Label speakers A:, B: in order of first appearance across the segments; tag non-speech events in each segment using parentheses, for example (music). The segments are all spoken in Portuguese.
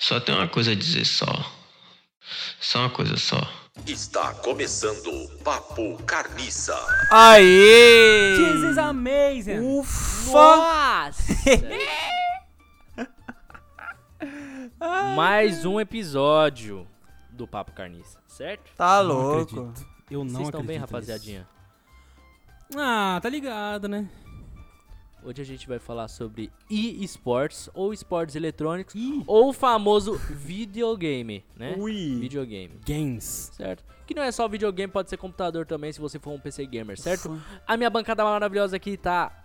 A: Só tem uma coisa a dizer só. Só uma coisa só.
B: Está começando Papo Carniça.
C: Aê!
D: Jesus amazing!
C: Ufa!
D: Nossa!
C: (laughs) Mais um episódio do Papo Carniça, certo?
D: Tá
E: Tá
D: louco.
E: Eu não
C: Vocês estão bem,
E: acredito
C: rapaziadinha?
D: Ah, tá ligado, né?
C: Hoje a gente vai falar sobre e-sports ou esportes eletrônicos ou o famoso videogame, né?
E: nisso. Ui.
C: Videogame,
D: Games.
C: certo? Que não é só videogame, pode ser computador também, se você for um PC gamer, certo? A minha bancada maravilhosa aqui tá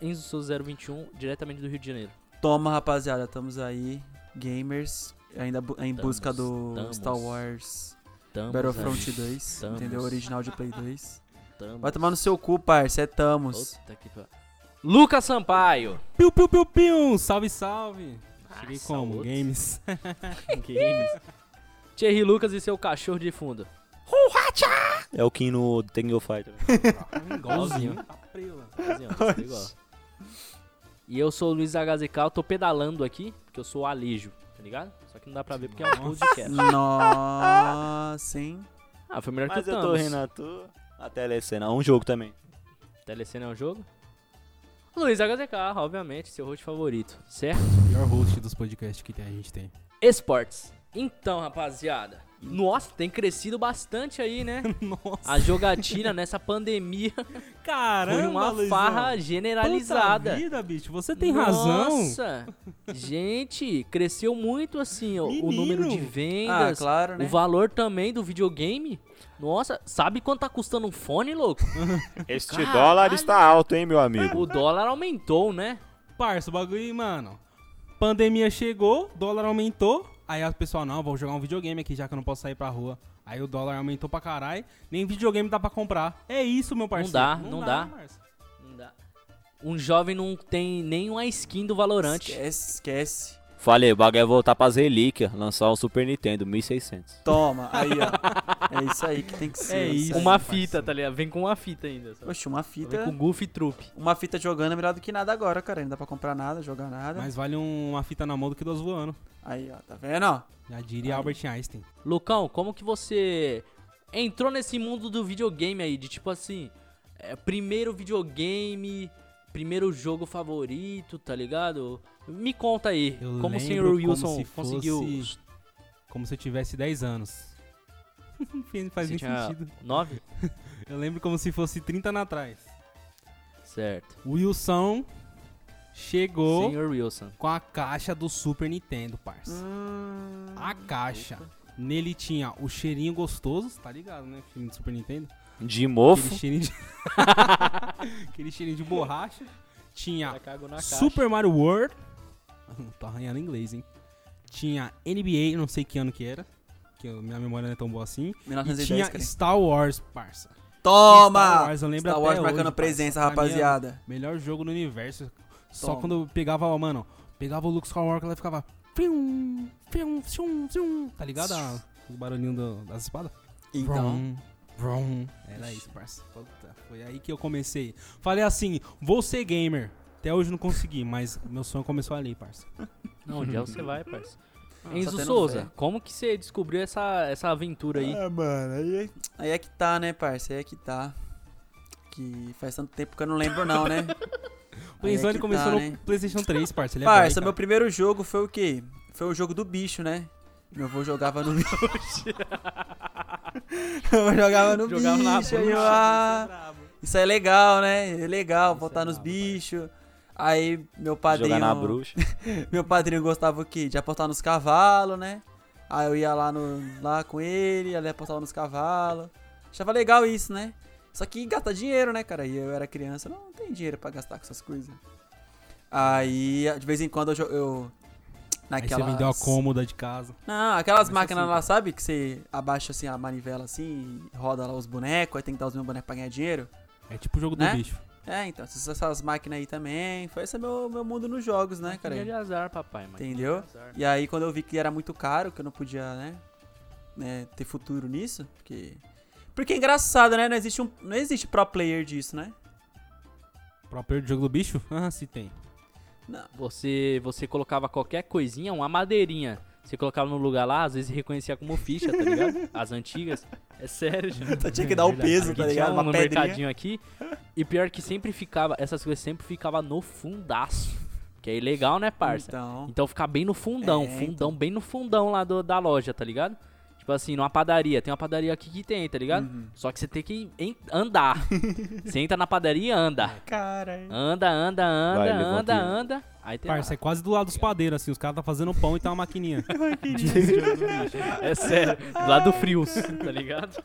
C: Enzo Souza 021, diretamente do Rio de Janeiro.
E: Toma, rapaziada, estamos aí, gamers, ainda bu- em
C: Tamos,
E: busca do
C: tamos.
E: Star Wars
C: Tamo
E: Battlefront
C: aí,
E: 2,
C: tamos.
E: entendeu? Original de Play 2.
C: tamo.
E: Vai tomar no seu cu, parça, é Tamos.
C: Puta que pa- Lucas Sampaio.
D: Piu, piu, piu, piu! Salve, salve! Cheguei
C: Nossa,
D: como?
C: outro.
D: Games.
C: (laughs) Games. Thierry Lucas e seu cachorro de fundo.
F: É o Kim no Tekken Go Fighter.
C: (laughs) Igualzinho. Igualzinho, tudo igual. E eu sou o Luiz HZK, eu tô pedalando aqui, porque eu sou o Alejo, tá ligado? Só que não dá pra ver porque é um podcast.
E: Nossa, hein?
C: Ah, foi melhor
F: Mas
C: que o
F: eu
C: Thanos.
F: tô rindo à toa. A telecena, um jogo também.
C: Telecena é um jogo? Luiz HZK, obviamente, seu host favorito, certo?
D: Pior host dos podcasts que tem- a gente tem.
C: Esportes. Então, rapaziada. Nossa, tem crescido bastante aí, né?
D: (laughs) Nossa.
C: A jogatina nessa pandemia
D: (laughs) Caramba,
C: foi uma
D: Luizão.
C: farra
D: Puta
C: generalizada.
D: vida, bicho. Você tem razão.
C: Nossa! Gente, cresceu muito assim o, o
D: Menino.
C: número de
E: Ah,
C: vendas.
E: claro, né?
C: O valor também do videogame. Nossa, sabe quanto tá custando um fone, louco?
F: Este
C: Caralho.
F: dólar está alto, hein, meu amigo?
C: O dólar aumentou, né?
D: Parça, o bagulho, aí, mano. Pandemia chegou, dólar aumentou. Aí a pessoa, não, vou jogar um videogame aqui já que eu não posso sair pra rua. Aí o dólar aumentou pra caralho. Nem videogame dá pra comprar. É isso, meu parceiro.
C: dá, não dá.
D: parça.
C: Um jovem não tem nem uma skin do Valorant.
E: Esquece, esquece.
F: Falei, o bagulho é voltar pras relíquias, lançar o Super Nintendo, 1600.
E: Toma, aí, ó. É isso aí que tem que ser.
D: É isso.
C: Uma
D: Sim,
C: fita,
D: parceiro.
C: tá ligado? Vem com uma fita ainda. Só.
E: Poxa, uma fita...
C: Vem com Goofy Troop.
E: Uma fita jogando é melhor do que nada agora, cara. Não dá pra comprar nada, jogar nada.
D: Mais vale um- uma fita na mão do que duas voando.
E: Aí, ó, tá vendo, ó?
D: Já diria Albert Einstein.
C: Lucão, como que você entrou nesse mundo do videogame aí? De tipo assim, é, primeiro videogame, primeiro jogo favorito, tá ligado? Me conta aí,
D: Eu
C: como o
D: lembro
C: senhor Wilson
D: como se
C: conseguiu.
D: fosse- Como se eu tivesse 10 anos. (laughs) Não Faz
C: Você
D: nem
C: tinha
D: sentido.
C: Nove?
D: Eu lembro como se fosse 30 anos atrás.
C: Certo.
D: O Wilson chegou
C: Senhor Wilson.
D: com a caixa do Super Nintendo, parça. a caixa. Nele tinha o cheirinho gostoso, tá ligado, né? Filme de Super Nintendo.
F: De
D: Aquele
F: mofo?
D: cheirinho de... (laughs) Aquele cheirinho de borracha. Tinha
C: Cago na
D: Super Mario World. Hum, Tô arranhando inglês, hein? Tinha NBA, eu não sei que ano que era. Que eu- minha memória não é tão boa assim. E
E: 1910,
D: tinha
E: cara.
D: Star Wars, parça.
E: Toma!
D: Star Wars, eu lembro
E: Star
D: até
E: Wars marcando
D: hoje,
E: presença,
D: parça. Pra mim é
E: rapaziada.
D: Melhor jogo no universo. Só
E: Toma.
D: quando eu pegava, ó, mano, pegava o Luke Skywalker, ela ficava. Fium, fium, fium, fium. Tá ligado? a- Os barulhinhos do- das espadas?
E: Então,
D: Vrum, vrum. Era isso, parça. Puta, foi aí que eu comecei. Falei assim, vou ser gamer. Até hoje não consegui, mas meu sonho começou ali, parça.
C: Não, onde é você vai, parça?
E: Uhum. Ah, só
C: Enzo
E: tendo
C: Souza,
E: fé. Né,
C: como que você descobriu essa, essa aventura
E: É,
C: aí?
E: aí é que tá, né, parça? Aí é que tá. Que faz tanto tempo que eu não lembro, não,
D: (laughs)
E: né?
D: O
E: Aí é
D: Enzo ele
E: que
D: começou
E: tá,
D: no
E: né?
D: PlayStation 3, parça. Ele é
E: Parça,
D: velho,
E: meu primeiro jogo foi o quê? Foi o jogo do bicho, né? Meu avô jogava
D: (laughs)
E: no bicho. Eu jogava no
C: Jogava na
E: bicho. aí eu,
C: bruxa.
E: ah, isso é legal, né? É legal,
D: é
E: voltar nos
D: brabo,
E: bichos. Aí meu padrinho.
F: Jogar na bruxa.
E: Meu padrinho gostava o quê? De apostar nos cavalos, né? Aí eu ia lá, no, lá com ele, ele apostava nos cavalos. Achava legal isso, né? Só que gasta dinheiro, né, cara? E eu era criança, não tem dinheiro pra gastar com essas coisas. Aí, de vez em quando, eu... jo- eu
D: Aí
E: naquelas...
D: você vendeu a cômoda de casa.
E: Não, aquelas
D: Começa
E: máquinas
D: assim,
E: lá, sabe? Que você abaixa, assim, a manivela, assim, e roda lá os bonecos, aí tem que dar os meus bonecos pra ganhar dinheiro.
D: É tipo o jogo
E: Né?
D: do bicho.
E: É, então, essas- essas máquinas aí também. Foi esse é meu, meu mundo nos jogos, né, cara?
C: Maquininha de azar, papai, mano.
E: Entendeu? E aí quando eu vi que era muito caro, que eu não podia, né, né, ter futuro nisso, porque porque é engraçado, né? Não existe um, não existe pro player disso, (laughs) né?
D: Próprio jogo do bicho? (laughs) Ah, se tem.
C: Você, você colocava qualquer coisinha, uma madeirinha. Você colocava no lugar lá, às vezes reconhecia como ficha,
E: (laughs)
C: tá ligado? As antigas. É sério, gente.
E: Então tinha que dar o peso,
C: Aqui
E: (laughs) tá
C: tinha
E: ligado?
C: um
E: Uma
C: no
E: pedrinha.
C: mercadinho aqui. E pior que sempre ficava, essas coisas sempre ficava no fundaço. Que é ilegal, né, parça?
E: Então,
C: Então ficar bem no fundão,
E: É,
C: fundão,
E: então.
C: bem no fundão lá do- da loja, tá ligado? Tipo assim, numa padaria, tem uma padaria aqui que tem, tá ligado?
E: Uhum.
C: Só que você tem que en-
E: (laughs)
C: andar. você entra na padaria e anda.
E: cara.
C: Anda, anda, anda,
F: Vai, levanta
C: anda,
F: aí.
C: anda. Aí tem
D: Parça, é quase do lado dos padeiros, assim. Os caras tá fazendo pão e tá uma
C: (laughs)
D: maquininha. (laughs)
C: lá. (laughs) É sério, lá do Frios, tá ligado?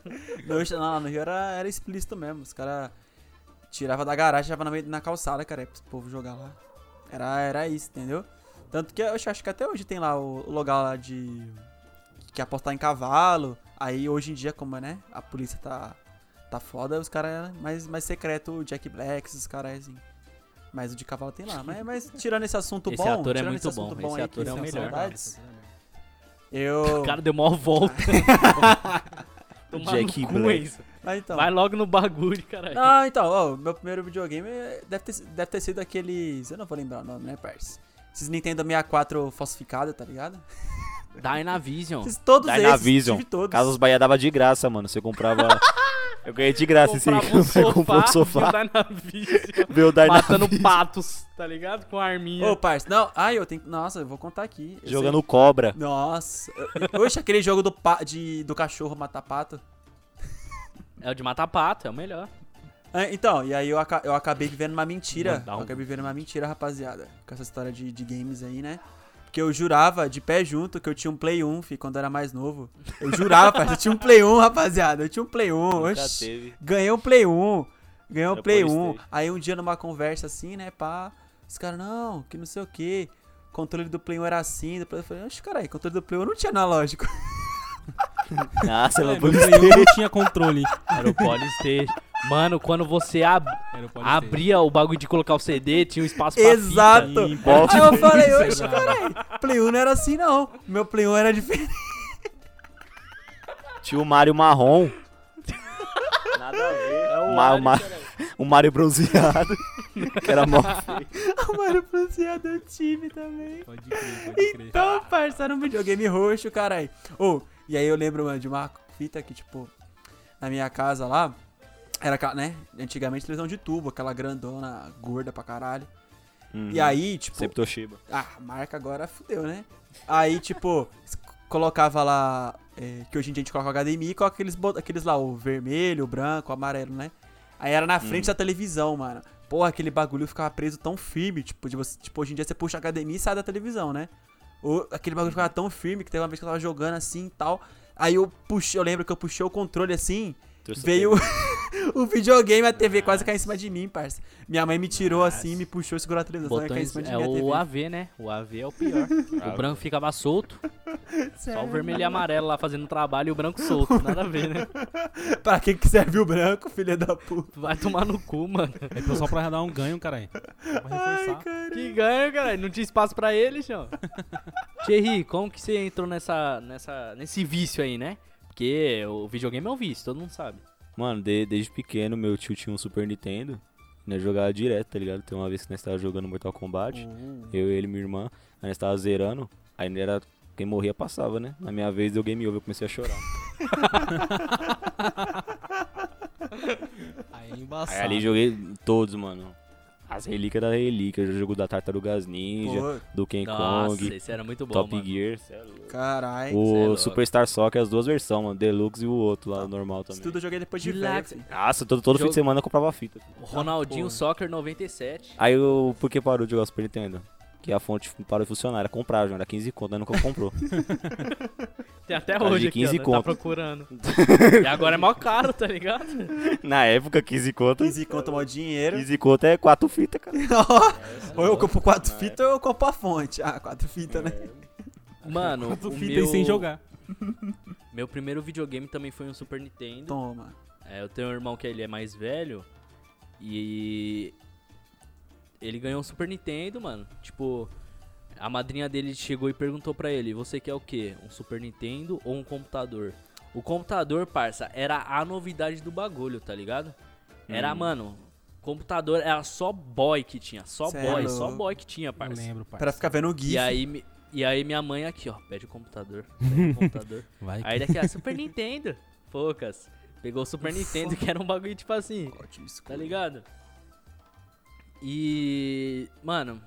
E: No, lá no Rio era, era explícito mesmo. Os caras tiravam da garagem e tiravam na, meio- na calçada, cara, pro povo jogar lá. Era, era isso, entendeu? Tanto que eu acho, acho que até hoje tem lá o, o lugar lá de. que é apostar em cavalo. Aí hoje em dia, como é, né? A polícia tá. tá foda, os caras é mais, mais secreto, o Jack Black, esses caras assim. Mas o de cavalo tem lá. Mas, mas tirando esse assunto
C: Esse
E: bom.
C: ator é
E: tirando
C: muito bom, esse
E: aí,
C: ator
E: que
C: é o
E: são
C: melhor. (laughs)
E: saudades, eu.
C: O cara deu mó
F: (laughs)
C: volta. Tomar no
F: Jack
C: cu,
F: Black.
C: Enzo.
E: Ah, então.
C: Vai logo no bagulho, caralho.
E: Ah, então, ó, meu primeiro videogame é- deve ter, deve ter sido aqueles. Eu não vou lembrar o nome, né, parça? Esses Nintendo 64 falsificado, tá ligado?
C: Dynavision.
E: Esses, todos esses,
F: Hum. Dynavision.
E: tive todos.
F: Casas Bahia dava de graça, mano. Você (laughs) comprava. Eu ganhei de graça esse
C: Comprava um
F: (laughs) Você comprou um sofá.
C: viu Dynavision.
F: Meu
C: Matando
F: Dynavision.
C: patos, tá ligado? Com a arminha.
E: Ô, parça, não, ai, eu tenho. Nossa, eu vou contar aqui. Eu
F: Jogando cobra.
E: sei- Nossa, eu- oxe, aquele jogo do, pa- de, do cachorro matar pato.
C: É o de matar pato, é o melhor.
E: Ah, Então, e aí eu, aca- eu acabei vivendo uma mentira.
C: Mandar um-
E: Eu acabei vivendo uma mentira, rapaziada. Com essa história de, de games aí, né? Porque eu jurava de pé junto que eu tinha um Play 1, fi, quando eu era mais novo. Eu jurava, parça, eu tinha um Play 1, rapaziada. Eu tinha um Play 1.
F: Nunca
E: oxi.
F: teve.
E: Ganhei um Play 1. Ganhei um
F: Era
E: Play 1.
F: Polystation.
E: Aí um dia numa conversa assim, né, pá. Os caras, não, que não sei o que. Controle do Play 1 era assim. Depois eu falei, oxe, caralho, controle do Play 1 não tinha analógico.
C: Tipo,
F: Nossa,
D: É,
F: ela
D: meu Play 1 não tinha controle.
C: Era o Polystation. Mano, quando você ab-
D: Era o Polystation.
C: abria o bagulho de colocar o CD, tinha um espaço pra
E: Exato.
C: fita.
D: Ih,
E: Aí eu
D: bosta.
E: falei,
C: um,
E: oxe, caralho, Play 1 não era assim, não. Meu Play 1 era diferente.
F: Tinha o Mario marrom. Nada a ver. É o Ma- o Ma- o Mario (laughs) bronzeado. que era mó
E: O Mario Bronzeado é o time também.
D: Pode crer, pode crer.
E: Então, parça, era um videogame roxo, caralho. Ô, e aí eu lembro, mano, de uma fita que, tipo, na minha casa lá, era, aquela, né, antigamente televisão de tubo, aquela grandona, gorda pra caralho. E aí, tipo,
F: Sempre Toshiba.
E: ah, marca agora fudeu, né? Aí, tipo, s- colocava lá, é, que hoje em dia a gente coloca HDMI e coloca aqueles, bot- aqueles lá, o vermelho, o branco, o amarelo, né? Aí era na frente da
C: Uhum.
E: televisão, mano. Porra, aquele bagulho ficava preso tão firme, tipo, de você, tipo hoje em dia você puxa HDMI e sai da televisão, né? Ou aquele bagulho ficava tão firme que teve uma vez que eu tava jogando assim e tal. Aí eu puxei, eu lembro que eu puxei o controle assim,
F: Trouxe
E: veio (laughs) o videogame, a TV quase caiu em cima de mim, parça. Minha mãe me tirou assim, me puxou, segurou a televisão, ela caiu em
C: Botões,
E: cima de
C: é
E: mim a TV.
C: o AV, né? O AV é
E: (laughs)
C: o pior. o branco ficava solto. Só o vermelho e amarelo lá fazendo trabalho e o branco solto. Nada a ver, né?
E: Pra que que serve o branco, filha da puta?
C: Tu vai tomar no cu, mano.
D: É tipo, só pra dar um ganho, caralho. Só pra reforçar.
C: Que ganho, cara. Não tinha espaço pra ele, chão. Thierry, como que você entrou nessa, nessa, nesse vício aí, né? Porque o videogame é um vício, todo mundo sabe.
F: Mano, de- desde pequeno meu tio tinha um Super Nintendo. Nós jogava direto, tá ligado? Tem uma vez que nós tava jogando Mortal Kombat.
E: Hum.
F: Eu, ele e minha irmã. Aí nós tava zerando. Aí não era quem morria passava, né? Na minha vez deu game over, eu comecei
C: (laughs)
F: a chorar.
D: Aí é embaçado.
F: Aí ali joguei todos, mano. As relíquias da relíquia. Eu jogo da Tartarugas Ninja, do King
C: Nossa,
F: Kong,
C: isso era muito bom,
F: Top
C: mano.
F: Gear.
E: é Caralho.
C: cê é
F: O
C: louco.
F: Superstar Soccer, as duas versões, mano. Deluxe e o outro lá, normal
E: Tá. Isso
F: também.
E: tudo eu joguei depois de
C: De
E: velho,
C: leve.
E: filho.
F: Nossa, todo, todo fim
C: Jogo-
F: de semana eu comprava fita.
C: Tá, Ronaldinho
E: porra.
C: Soccer 97.
F: Aí eu, por que parou de jogar o Super Nintendo? Que a fonte parou de funcionar, era comprar, João, era 15 conto, aí nunca comprou.
C: Tem até
F: Tá de
C: hoje aqui,
F: 15
C: ó, né? tá
F: conto.
C: procurando. e agora é mó caro, tá ligado?
F: (laughs) Na época, 15 conto,
E: 15 conto mal (laughs) dinheiro.
F: 15 conto é 4 fitas, cara.
E: ou
C: é
E: eu compro quatro fitas ou eu compro a fonte. Ah, quatro fitas, né?
C: Mano,
D: Quatro
C: o
D: fitas e
C: meu,
D: sem jogar.
C: meu primeiro videogame também foi um Super Nintendo.
E: Toma.
C: É, eu tenho um irmão que ele é mais velho e ele ganhou um Super Nintendo, mano. Tipo, a madrinha dele chegou e perguntou pra ele: "Você quer o quê? Um Super Nintendo ou um computador?" O computador, parça, era a novidade do bagulho, tá ligado?
E: Hum.
C: Era, mano, computador era só boy que tinha, só
E: Cê é
C: boy, só
E: louco.
C: boy que tinha,
D: Não
C: parça.
D: lembro,
E: Pra
D: parça.
E: ficar vendo o GIF.
C: E aí me- E aí minha mãe aqui, ó, pede o computador. Pede
E: (laughs)
C: o computador.
D: Vai
C: aí daqui, a Super Nintendo. Poucas. Pegou o Super Nintendo, que era um bagulho tipo assim. Tá ligado? E. Mano.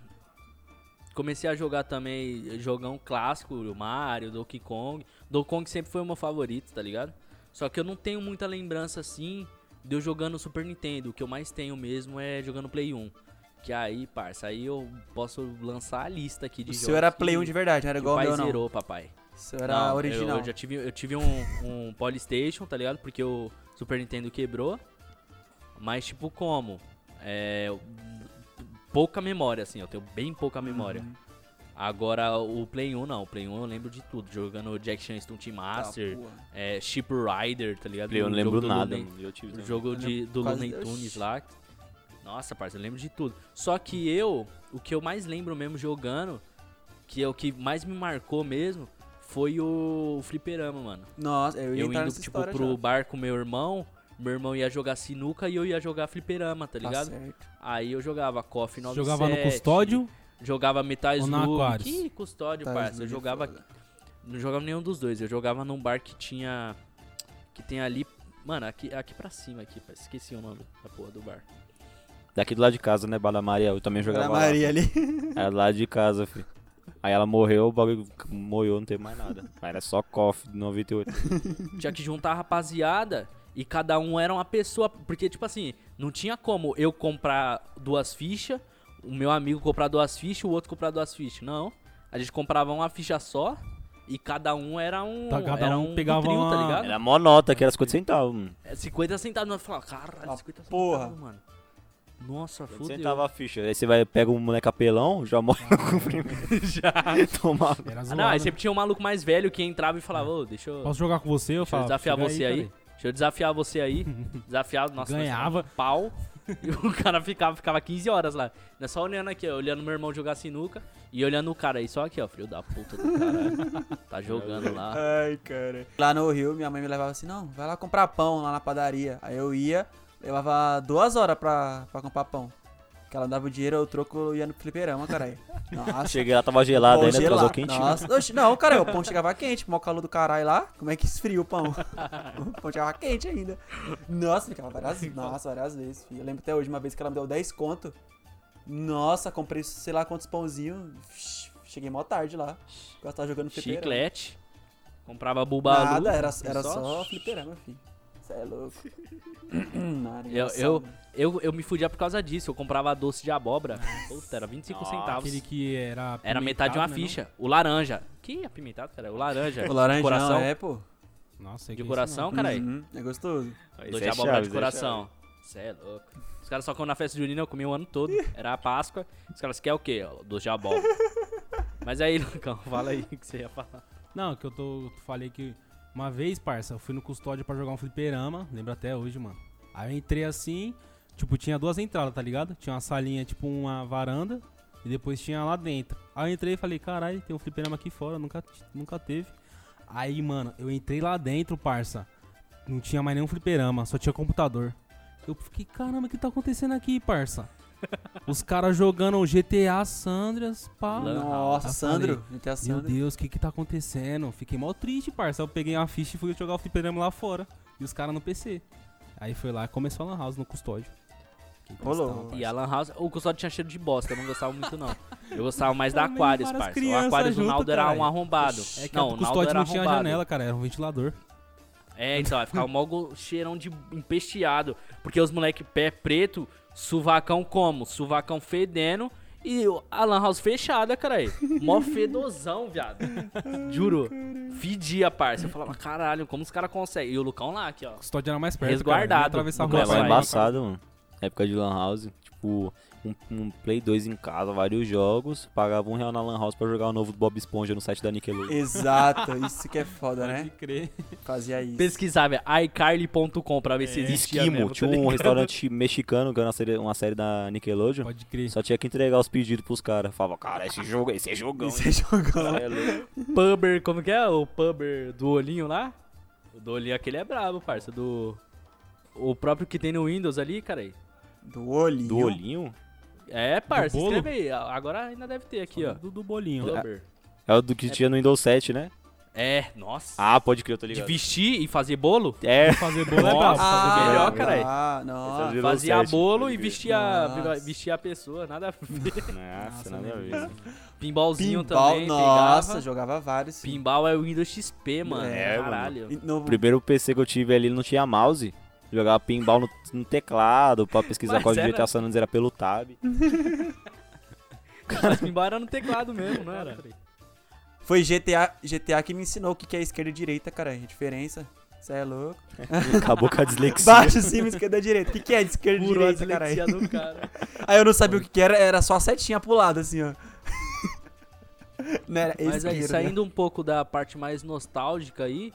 C: Comecei a jogar também jogão clássico, o Mario, Donkey Kong. Donkey Kong sempre foi o meu favorito, tá ligado? Só que eu não tenho muita lembrança assim de eu jogando Super Nintendo. O que eu mais tenho mesmo é jogando Play 1. Que aí, parça, aí eu posso lançar a lista aqui de
E: O
C: jogos.
E: seu era Play
C: que-
E: 1 de verdade, não era
C: que
E: igual o
C: o pai
E: meu, não.
C: zerou, papai.
E: O seu era
C: Não, eu-
E: original.
C: Eu, já tive, eu tive um, um Polystation, tá ligado? Porque o Super Nintendo quebrou. Mas, tipo, como? É, pouca memória, assim, eu tenho bem pouca
E: Uhum.
C: memória. Agora, o Play 1 não, o Play 1 eu lembro de tudo. Jogando Jack Chan
E: Tá,
C: Stunt Master, é, Ship Rider, tá ligado?
F: Play, eu
C: O
F: não
C: jogo
F: lembro
C: do
F: nada,
C: Lumen-
F: mano. Eu tive
C: o
F: também.
C: jogo de, do
E: Então, quase-
C: Looney
E: Oxi.
C: Tunes lá. Nossa, parça, eu lembro de tudo. Só que eu, o que eu mais lembro mesmo jogando, que é o que mais me marcou mesmo, foi o fliperama, mano.
E: Nossa, eu ia
C: Eu
E: entrar
C: indo,
E: nessa
C: tipo,
E: história
C: pro
E: já.
C: bar com meu irmão, meu irmão ia jogar sinuca e eu ia jogar fliperama, tá ligado?
E: certo.
C: Aí eu jogava KOF 97.
D: Jogava no custódio,
C: Jogava Metal
D: Ou na
C: Slug.
D: Aquarius?
C: Que custódio,
E: Tá,
C: parça.
E: Slug
C: Eu
E: é
C: jogava
E: foda.
C: não jogava nenhum dos dois. Eu jogava num bar que tinha. Que tem ali. Mano, aqui, aqui pra cima, aqui. pá, Esqueci o nome da porra do
D: (laughs)
C: bar.
F: Daqui do lado de casa, né, Bala Maria? né? Eu também
E: Era
F: jogava
E: a
F: lá.
E: Maria ali.
F: Era do lado de casa, filho. Aí ela morreu, o bagulho moiou, não teve mais nada. (laughs) Aí Era só KOF de 98.
C: Tinha que juntar a rapaziada e cada um era uma pessoa. Porque, tipo assim, não tinha como eu comprar duas fichas, o meu amigo comprar duas fichas, o outro comprar duas fichas. Não. A gente comprava uma ficha só e cada um era um.
D: Tá, cada
C: era
D: um
C: um
D: pegava
C: trio, tá
D: uma-
C: ligado?
F: Era mó nota, que era 50 centavos, mano.
C: É, 50 centavos. Eu falava, caralho,
E: Ah,
C: 50
E: porra.
C: centavos, mano. Nossa,
F: 50
C: fudeu. (laughs)
F: centavos a ficha. Aí você vai, pega um moleque apelão, já morre com o primeiro. Já. (laughs) Tomava.
D: era
C: Ah,
D: zoado. né?
C: não, aí sempre tinha um maluco mais velho que entrava e falava, ô, deixa eu,
D: Posso jogar com você? Eu
C: deixa eu
D: falo.
C: desafiar você aí. Deixa eu desafiar você aí.
D: (laughs)
C: Desafiar, nossa, nós
D: Ganhava.
C: tomava um pau. (laughs) E o cara ficava, ficava 15 horas lá. Não é só olhando aqui, ó, olhando meu irmão jogar sinuca e olhando o cara aí, só aqui, ó, filho da puta do
D: (laughs)
C: caralho. tá jogando lá.
E: Ai, cara. Lá no Rio, minha mãe me levava assim, não, vai lá comprar pão lá na padaria. Aí eu ia, levava duas horas pra, pra comprar pão. Que ela dava o dinheiro, eu troco eu ia no fliperama, (laughs) caralho. Nossa,
F: Cheguei lá, né, tava gelado
E: pão
F: ainda,
E: gelado.
F: atrasou quentinho.
E: Nossa, oxe, não, cara, o pão chegava quente, mó calor do caralho lá. Como é que esfria (laughs) o pão? o pão chegava quente ainda. Nossa, ficava várias, nossa, várias vezes, filho. Eu lembro até hoje, uma vez que ela me deu 10 conto. Nossa, comprei sei lá quantos pãozinhos. Cheguei mó tarde lá. Eu tava jogando fliperama.
C: Chiclete. Comprava bubalu.
E: Nada, era, era
C: só-
E: só, fliperama, filho. Você é louco. né? Nada,
C: Eu,
E: engraçado.
C: eu, eu, eu me fudia por causa disso. Eu comprava doce de abóbora. Puta, era 25 centavos.
D: Aquele que era.
C: Era metade de uma
D: apimentado, né,
C: ficha. O laranja. Que apimentado, cara? é O
D: (laughs)
C: laranja.
E: O laranjão,
C: coração.
E: é, pô.
D: não? Nossa, é
C: De
D: que
C: coração,
D: isso
C: caralho.
E: Uhum, é gostoso.
C: Doce de
F: é
C: abóbora
F: chave,
C: de
F: isso é
C: coração. Cê é louco. Os caras só comem na festa junina, eu comi o ano todo. Era a Páscoa. Os caras querem o quê? Ó, Doce de
D: (laughs)
C: abóbora. Mas aí, Lucão, (laughs) fala aí o que você ia falar.
D: Não, que eu tô. eu Falei que. Uma vez, parça, eu fui no custódio pra jogar um fliperama. Lembro até hoje, mano. Aí eu entrei assim. Tipo, tinha duas entradas, tá ligado? Tinha uma salinha, tipo, uma varanda. E depois tinha lá dentro. Aí eu entrei e falei, caralho, tem um fliperama aqui fora, nunca, t- nunca teve. Aí, mano, eu entrei lá dentro, parça. Não tinha mais nenhum fliperama, só tinha computador. Eu fiquei, caramba, o que tá acontecendo aqui, parça? (laughs) Os caras jogando GTA Sandras, pá.
C: Lan
E: Nossa,
D: Eu
E: Sandro. Até a
D: Meu
E: Sandro.
D: Deus, o que que tá acontecendo? Fiquei mó triste, parça. Eu peguei uma ficha e fui jogar o fliperama lá fora. E os caras no PC. Aí foi lá e começou a lan house no custódio. Fiquei
E: Rolou.
D: tristão, parça.
C: E a Lan House, o custódio tinha cheiro de bosta, eu não gostava muito não. Eu gostava
D: (laughs)
C: mais da
D: Também
C: Aquarius,
D: várias
C: parça. O
D: crianças
C: Aquarius do
D: junto,
C: Naldo era
D: caralho.
C: um arrombado.
D: É que
C: não,
D: a
C: o
D: do
C: Naldo
D: custódio
C: era
D: não tinha
C: arrombado.
D: janela, cara. Era um ventilador.
C: É, então, vai ficar o maior go- cheirão de empesteado. Porque os moleque pé preto, suvacão como? Suvacão fedendo e o- a Lan House fechada, caralho. Mó fedozão, viado. Juro. Fedia, parça. Eu falava, caralho, como os caras conseguem? E o Lucão lá, aqui, ó.
D: O custódio era mais perto,
C: Resguardado.
D: Cara. Eu atravessar a
C: Não
D: rua.
F: É,
C: Nossa,
F: mas é
C: aí.
D: saía.
F: embaçado, mano. Época de Lan House, tipo, um, um Play 2 em casa, vários jogos, pagava um real na Lan House pra jogar o novo do Bob Esponja no site da Nickelodeon.
E: Exato, isso que é foda,
D: Pode
E: né?
D: crer.
E: Fazia isso.
C: Pesquisar, velho, iCarly.com pra ver se existia
F: Esquimo,
C: mesmo, tá
F: tinha um
C: ligado?
F: restaurante mexicano, que era uma série, uma série da Nickelodeon.
D: Pode crer.
F: Só tinha que entregar os pedidos pros caras. Falava, cara, esse jogo, esse é jogão.
E: Você jogou.
F: É louco.
C: Pubber, como que é? O Pubber do olhinho lá? O do olhinho aquele é brabo, parça. Do... O próprio que tem no Windows ali, caralho.
E: Do olhinho.
F: Do olhinho?
C: É,
D: Do
C: parça,
D: bolo?
C: escreve aí. A- Agora ainda deve ter aqui, ó.
D: Do, do bolinho.
C: Blubber.
F: É o do que tinha no Windows 7, né?
C: É, nossa.
F: Ah, pode crer, eu tô
C: de
F: ligado.
C: vestir e fazer bolo?
F: É.
D: (laughs) Fazer bolo é brabo.
C: Nossa.
D: fazer
C: melhor,
E: ah,
C: carai.
E: Ah, não.
F: Virou
C: Fazia
F: sete,
C: bolo
F: pode
C: e
F: crer.
C: vestia,
E: Nossa.
C: vestia a pessoa, nada a ver.
F: (laughs) Nossa, nada a ver.
C: Pinballzinho
E: Pinball,
C: também,
E: nossa,
C: pegava.
E: jogava vários. sim.
C: Pinball é o Windows XP, mano.
E: É,
F: mano.
C: caralho.
E: E No,
F: O primeiro PC que eu tive ali não tinha mouse. Jogava pinball no, no teclado pra pesquisar
C: Mas
F: qual de
C: era-
F: GTA San Andreas era pelo tab.
C: Mas pinball era no teclado mesmo, não era?
E: Foi GTA, GTA que me ensinou o que que é esquerda e direita, cara. A diferença. Você é louco.
F: Acabou com a dislexia.
E: Baixo, cima, esquerda, direita. O que, que é de esquerda e
C: Curou a
E: direita, cara?
C: dislexia do
D: (laughs)
C: cara.
E: Aí eu não sabia o que, que era, era só a setinha pro lado, assim, (laughs) ó. Não era né?
C: Mas aí,
E: esquerda.
C: saindo um pouco da parte mais nostálgica aí,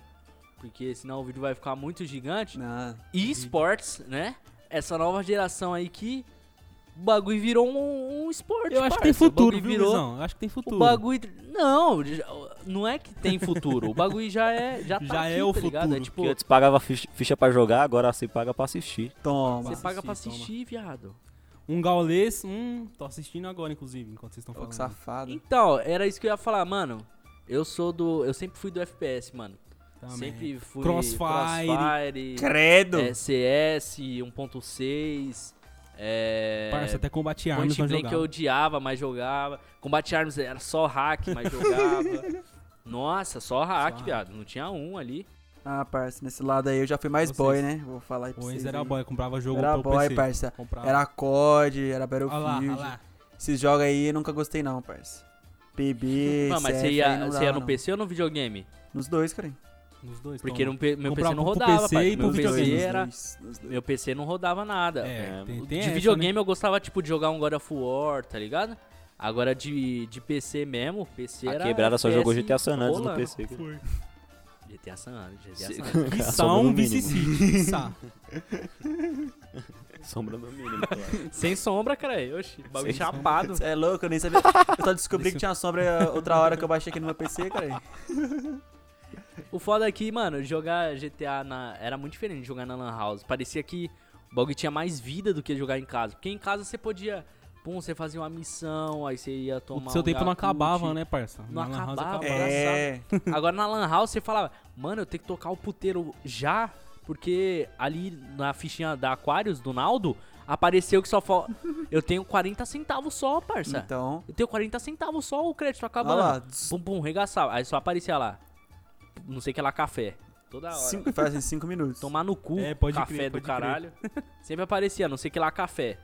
C: porque senão o vídeo vai ficar muito gigante.
E: Não.
D: Uhum.
C: E esportes, né? Essa nova geração aí que o bagulho virou um, um esporte.
D: Eu acho que
C: parça.
D: tem
C: o
D: futuro,
C: bagulho
D: viu,
C: virou.
D: Luizão? Eu acho que tem
C: O
D: futuro.
C: bagulho. Não, já- não é que tem futuro. O bagulho já é. Já, tá
D: Já
C: aqui,
D: é o
C: tá ligado? É
D: futuro,
C: tipo,
F: Porque antes pagava ficha, ficha pra jogar, agora você paga pra assistir.
E: Toma.
C: você paga pra
D: Assiste,
C: assistir, viado.
D: Um gaulês, hum, tô assistindo agora, inclusive, enquanto vocês estão
E: Ô, que é
D: falando.
E: um safado.
C: Então, era isso que eu ia falar, mano. Eu sou do. Eu sempre fui do FPS, mano.
D: Também.
C: Sempre fui
D: Crossfire.
C: Crossfire
E: Credo.
C: é, CS 1.6. É.
D: Parça, até combate armas
C: Point
D: não
C: Blank que
D: jogava.
C: eu odiava, mas jogava. Combate Arms era só hack,
D: (laughs)
C: mas jogava. Nossa, só hack,
D: hack.
C: viado. Não tinha um ali.
E: Ah, parça, nesse lado aí eu já fui mais
D: Vocês-
E: boy, né? Vou falar aí pra vocês.
D: Pois era
E: aí.
D: boy, comprava jogo
E: Era
D: pro
E: boy,
D: PC.
E: parça.
D: Comprava.
E: Era COD, era
D: Olha lá,
E: Battlefield.
D: olha lá.
E: Esses jogos aí eu nunca gostei não, parça. PB,
C: Não, mas
E: CF,
C: você
E: aí
C: ia,
E: não
C: você
E: dava,
C: ia no
E: não.
C: PC ou no videogame?
E: Nos dois, cara.
D: Nos dois.
C: Porque
D: toma.
C: no P- meu PC
D: Comprava
C: não
D: Então, pro
C: rodava,
D: PC
C: parceiro.
D: e pro
C: Meu PC
D: videogame.
C: era.
E: Nos dois, nos dois.
C: Meu PC não rodava nada.
D: É,
F: É,
D: tem,
C: de
D: tem essa,
C: videogame eu gostava, tipo, de jogar um God of War, tá ligado? Agora de, de PC mesmo, PC
F: A
C: era.
F: quebrada só jogou
C: FPS
F: GTA San Andreas no
C: rolando.
F: PC.
D: né? Foi.
C: GTA San Andreas, GTA
F: Se-
C: San (laughs)
D: (laughs)
C: Andreas.
D: Que
F: Sombra no
D: são
F: mínimo.
D: vice Sá.
F: Sombra no mínimo, claro.
C: Sem sombra, cara. Oxi, bagulho
F: Sem
C: chapado.
E: Cê é louco, eu nem sabia. Eu só descobri que tinha sombra outra hora que eu baixei aqui no meu PC, cara.
C: O foda é que, mano, jogar GTA na... era muito diferente de jogar na Lan House. Parecia que o bagulho tinha mais vida do que jogar em casa. Porque em casa você podia. Pum, você fazia uma missão, aí você ia tomar.
D: O seu
C: um
D: tempo não
C: Yakult.
D: acabava, né, parça?
C: Não
D: Na lan house
C: acabava.
E: É.
C: (laughs) Agora na Lan House você falava, mano, eu tenho que tocar o puteiro já. Porque ali na fichinha da Aquarius, do Naldo, apareceu que só
D: (laughs)
C: falta. Eu tenho 40 centavos só, parça.
E: Então.
C: Eu tenho 40 centavos só o crédito tá
E: Olha lá.
C: acabando. Pum, pum, regaçava. Aí só aparecia lá. Não sei que lá, café. Toda hora.
E: Cinco, fazem cinco minutos.
C: Tomar no cu,
D: É, pode
C: café
D: crer,
C: do
D: pode crer. (laughs)
C: caralho. Sempre aparecia, não sei que lá, café.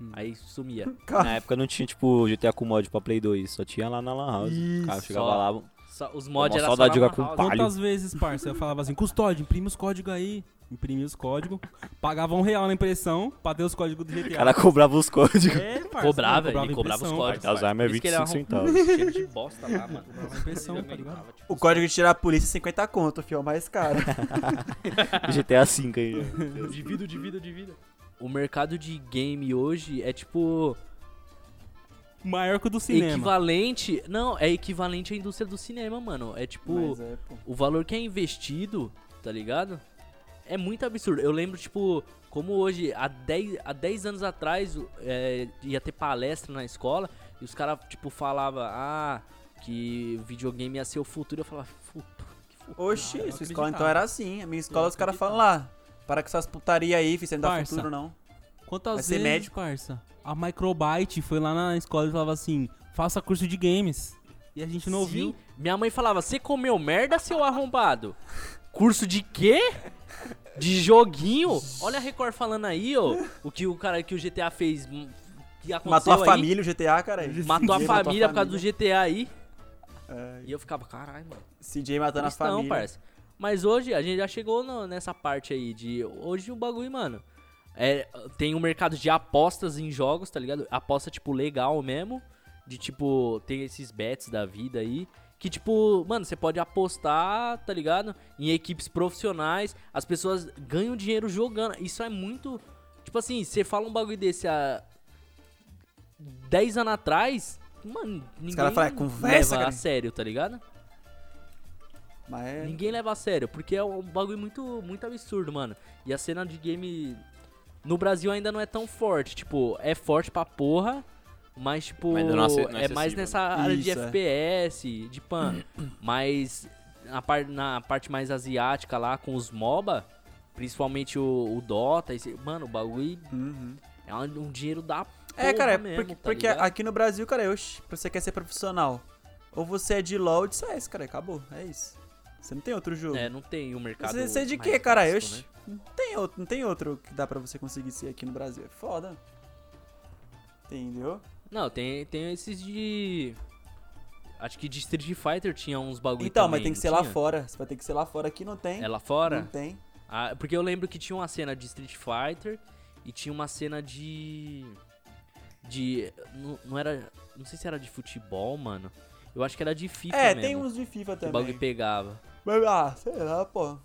D: Hum.
C: Aí sumia.
F: Na época não tinha, tipo, GTA com mod pra Play 2, só tinha lá na Lan House. O cara chegava
C: Só.
F: lá,
C: Só- os mods
F: Tomou
C: eram
F: saudade
C: só
F: de
C: na
F: jogar com
C: lan house.
F: palha.
D: Quantas vezes, parça, eu falava assim, custódio, imprime os códigos aí. Imprimia os códigos, pagava um real na impressão pra ter os códigos do
F: o
D: GTA.
F: cara cobrava os códigos.
D: É, parça,
C: Cobrava,
D: não,
C: ele cobrava os
D: impressão.
C: códigos.
F: Alzheimer é
C: Por isso que ele
F: 25
C: arrumou
F: centavos.
C: um Cheiro de bosta lá, mano.
D: impressão,
C: Ele
D: tá ligado?
C: aguentava, tipo,
E: O código de tirar a polícia é 50 conto, fio, é o mais
C: (laughs)
E: caro.
C: É.
F: (laughs) GTA V aí.
C: Divido, divido, divido. O mercado de game hoje é tipo
D: Maior que o do cinema.
C: equivalente. Não, é equivalente à indústria do cinema, mano. É tipo.
E: Mas é, pô.
C: o valor que é investido, tá ligado? É muito absurdo. Eu lembro, tipo, como hoje, há 10, há 10 anos atrás, o- é, ia ter palestra na escola e os caras, tipo, falavam, ah, que videogame ia ser o futuro. Eu falava, puta, que futuro.
E: Oxi,
D: Não, eu
E: sua
D: acreditava.
E: escola então era assim. A minha escola os caras falam lá. Para com essas putaria aí, filho, você não dá
D: Parça.
E: futuro, não.
D: Quantas
E: Vai ser
D: vezes,
E: médico.
D: parça, a Microbyte foi lá na escola e falava assim, faça curso de games. E a gente não ouviu.
C: Sim. Minha mãe falava, você comeu merda, seu arrombado? Curso de quê? De joguinho? Olha a Record falando aí, ó, o que o cara que o GTA fez. hum, Que
E: Matou
C: aconteceu
E: a
C: aí.
E: família, o GTA, cara.
C: Matou a
E: CJ
C: família É. por causa do GTA aí.
E: família.
C: E eu ficava, caralho, mano.
E: É, CJ matando a
C: Cristão,
E: família.
C: parça. Mas hoje a gente já chegou no- nessa parte aí de. Hoje o bagulho, mano. é, tem um mercado de apostas em jogos, tá ligado? Aposta, tipo, legal mesmo. De tipo, tem esses bets da vida aí. Que, tipo, mano, você pode apostar, tá ligado? Em equipes profissionais. As pessoas ganham dinheiro jogando. Isso é muito. Tipo assim, você fala um bagulho desse há 10 anos atrás. Mano, ninguém
E: caras falam, "É conversa,
C: leva a
E: cara."
C: sério, tá ligado?
E: Mas é-
C: Ninguém leva a sério, porque é um bagulho muito, muito absurdo, mano. E a cena de game no Brasil ainda não é tão forte. Tipo, é forte pra porra, Mas, tipo,
G: Mas ainda não ace- não é
C: é mais
G: acessível,
C: nessa área de
E: Isso, é.
C: FPS,
G: (clears throat)
C: de pan. mas na, par- na parte mais asiática lá, com os MOBA, principalmente o, o Dota, esse- mano, o bagulho
E: Uhum.
C: é um, um dinheiro da
E: É,
C: porra
E: cara, é
C: mesmo,
E: porque,
C: tá
E: porque
C: ligado?
E: aqui no Brasil, cara, oxe, pra você quer ser profissional, ou você é de LoL ou de CS, cara, acabou, é isso. Você não tem outro jogo.
C: É, não tem o mercado.
E: você, você é de
C: mais
E: quê, cara?
C: básico,
E: oxe,
C: né?
E: não, tem outro, não tem outro que dá pra você conseguir ser aqui no Brasil, é foda. Entendeu?
C: Não, tem, tem esses de. Acho que de Street Fighter tinha uns bagulho
E: então,
C: também,
E: mas tem que
C: não
E: ser lá
C: tinha?
E: fora, você vai ter que ser lá fora, aqui não tem.
C: É lá fora?
E: Não tem.
C: Ah, porque eu lembro que tinha uma cena de Street Fighter e tinha uma cena de. De. Não, não era. Não sei se era de futebol, mano. Eu acho que era de FIFA
E: é,
C: mesmo.
E: tem uns de FIFA
C: né? que o
E: também.
C: bagulho pegava.
E: Mas, ah, sei lá, pô.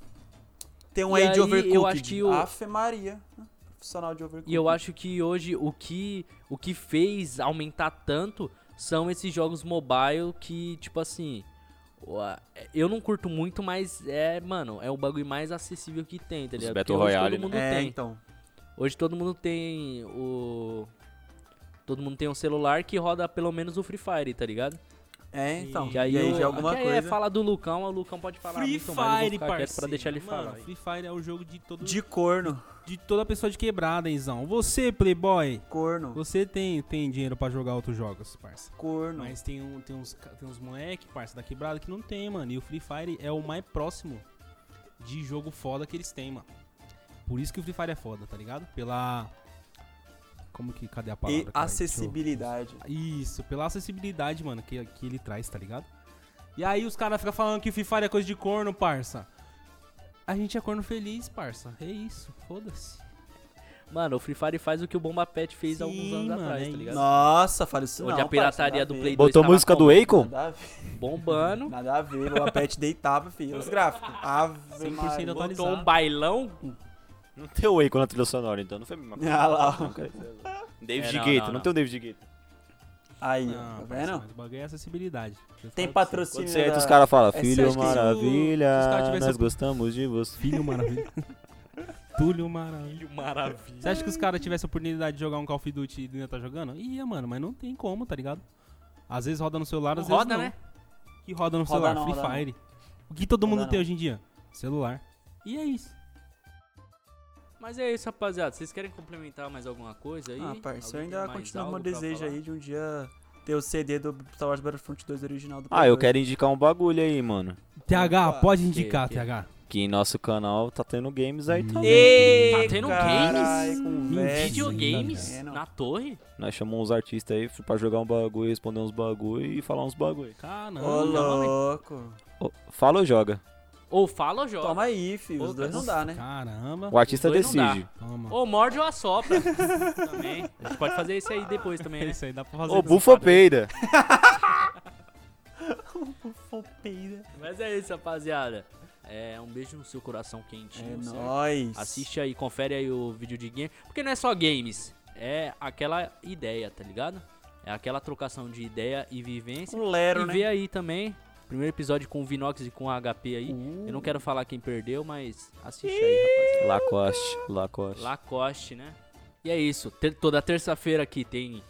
E: Tem um
C: E
E: aí de
C: aí,
E: Overcooked.
C: eu acho que o-
E: Afe Maria. né? Profissional de Overcooked.
C: E eu acho que hoje o que, o que fez aumentar tanto são esses jogos mobile que, tipo assim. o- a- Eu não curto muito, mas é, mano, é o bagulho mais acessível que tem, tá
G: Os
C: ligado?
G: Battle
C: Porque hoje
G: Royale,
C: todo
G: né?
C: mundo
E: É,
C: tem.
E: então.
C: Hoje todo mundo tem o. Todo mundo tem um celular que roda pelo menos o Free Fire, tá ligado?
E: É, então.
C: Que aí,
E: e aí
C: o-
E: já é alguma
C: que aí é
E: coisa.
C: fala do Lucão, o Lucão pode falar
D: Free
C: muito mais. eu vou
D: Fire,
C: ficar quieto
D: parceiro.
C: pra deixar ele
D: mano,
C: falar.
D: Free Fire é o jogo de todo de...
E: De corno.
D: toda pessoa de quebrada, Izão. Você, playboy,
E: Corno.
D: você tem, tem dinheiro pra jogar outros jogos, parça.
E: Corno.
D: Mas tem, um, tem uns, ca- tem uns moleque, parça, da quebrada que não tem, mano. E o Free Fire é o mais próximo de jogo foda que eles têm, mano. Por isso que o Free Fire é foda, tá ligado? Pela... Como que... Cadê a palavra?
E: e
D: caralho? Deixa eu-
E: acessibilidade.
D: Isso, pela acessibilidade, mano, que, que ele traz, tá ligado? E aí os caras ficam falando que Free Fire é coisa de corno, parça. A gente é corno feliz, parça. É isso, foda-se.
C: Mano, o Free Fire faz o que o Bomba Pet fez
D: Sim,
C: alguns anos
D: mano,
C: atrás,
D: é
C: tá ligado?
E: Nossa, fala isso
C: Onde
E: não,
C: a pirataria
E: parça, nada
C: do
E: a
C: Play
E: ver.
C: 2
F: Botou
C: tava
F: música do
C: como?
F: Akon?
E: Nada a ver,
C: bombando.
E: nada a ver, o Apet deitava, filho. Os gráficos. Ave
D: 100%
E: Maria.
C: Botou um
D: atualizado.
C: bailão.
F: Não tem o Akon na trilha sonora, então não foi a mesma coisa.
E: Ah lá, ó.
F: David
C: É, não,
F: Guetta,
C: não,
F: não,
C: não.
F: tem o David Guetta.
E: Aí,
D: Não,
E: tá
D: parça,
E: vendo?
D: mas o bagulho é acessibilidade.
E: Tem
F: Quando
E: patrocínio
F: você entra,
E: da-
F: os caras falam,
E: É,
F: filho
E: se eu acho que se o-
D: se os caras
F: maravilha,
D: tivessem-
F: nós gostamos de você.
D: Filho Maravilha. (laughs) Túlio Maravilha.
C: Maravilha.
D: Você acha que os caras tivessem a oportunidade de jogar um Call of Duty e ainda tá jogando? Ia, mano, mas não tem como, tá ligado? Às vezes roda no celular, às
C: Roda,
D: vezes
C: né?
D: não. Que roda no
E: Roda
D: celular,
E: não,
D: Free
E: roda não.
D: Fire. O que todo
E: Roda
D: mundo tem
E: não.
D: hoje em dia? Celular. E é isso.
C: Mas é isso, rapaziada. Vocês querem complementar mais alguma coisa aí?
E: Ah, parça, eu
C: Alguém
E: ainda
C: tem mais
E: continuo com o meu
C: algo pra
E: desejo
C: falar?
E: aí de um dia ter o CD do Star Wars Battlefront 2 original do
F: Ah, eu
E: Play
F: quero indicar um bagulho aí, mano.
D: TH,
E: Opa,
D: pode indicar,
C: que-
D: TH.
F: Que em nosso canal tá tendo games aí também.
E: 2. Ê,
C: Tá tendo
E: carai,
C: games?
E: conversa,
C: Videogames
E: tá vendo?
C: na torre?
F: Nós chamamos uns artistas aí pra jogar um bagulho, responder uns bagulho e falar uns bagulho.
D: Caramba.
E: Ô, louco.
F: Ô, Fala ou joga?
C: Ou fala ou joga?
E: Toma aí, filho. Os
C: Ô,
E: dois
C: cara,
E: não dá, né?
D: Caramba.
F: O artista
C: dois não dá.
F: decide.
D: Toma.
C: Ou morde
E: (laughs)
C: ou assopra. também. A gente pode fazer isso aí depois também, né?
D: Isso aí dá pra fazer.
F: Ô, bufa peida.
C: Mas é isso, rapaziada. É um beijo no seu coração
E: É
C: quentinho. certo?
E: nóis.
C: Assiste aí, confere aí o vídeo de game. Porque não é só games, é aquela ideia, tá ligado? É aquela trocação de ideia e vivência.
E: um Lero,
C: e
E: né?
C: vê aí também. Primeiro episódio com o Vinox e com o HP aí. Eu não quero falar quem perdeu, mas assiste aí, rapaziada.
F: Lacoste, Lacoste.
C: Lacoste, né? E é isso. Ter- toda terça-feira aqui tem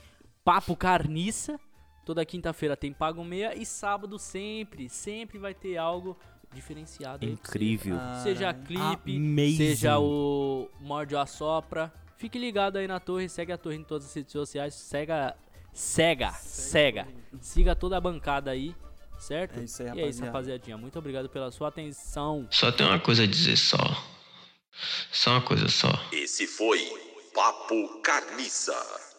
C: Papo Carniça. Toda quinta-feira tem Pago Meia. E sábado sempre, sempre vai ter algo diferenciado. aí pra você.
F: Incrível.
C: Seja
E: Caralho.
C: clipe,
D: Amazing.
C: seja o Morde ou a Sopra. Fique ligado aí na torre, segue a torre em todas as redes sociais. Cega, cega, cega. Siga toda a bancada aí, certo?
E: É isso aí,
C: e é isso,
E: rapaziada.
C: rapaziadinha. Muito obrigado pela sua atenção.
A: Só tem uma coisa a dizer só. Só uma coisa só.
B: Esse foi Papo Carniça.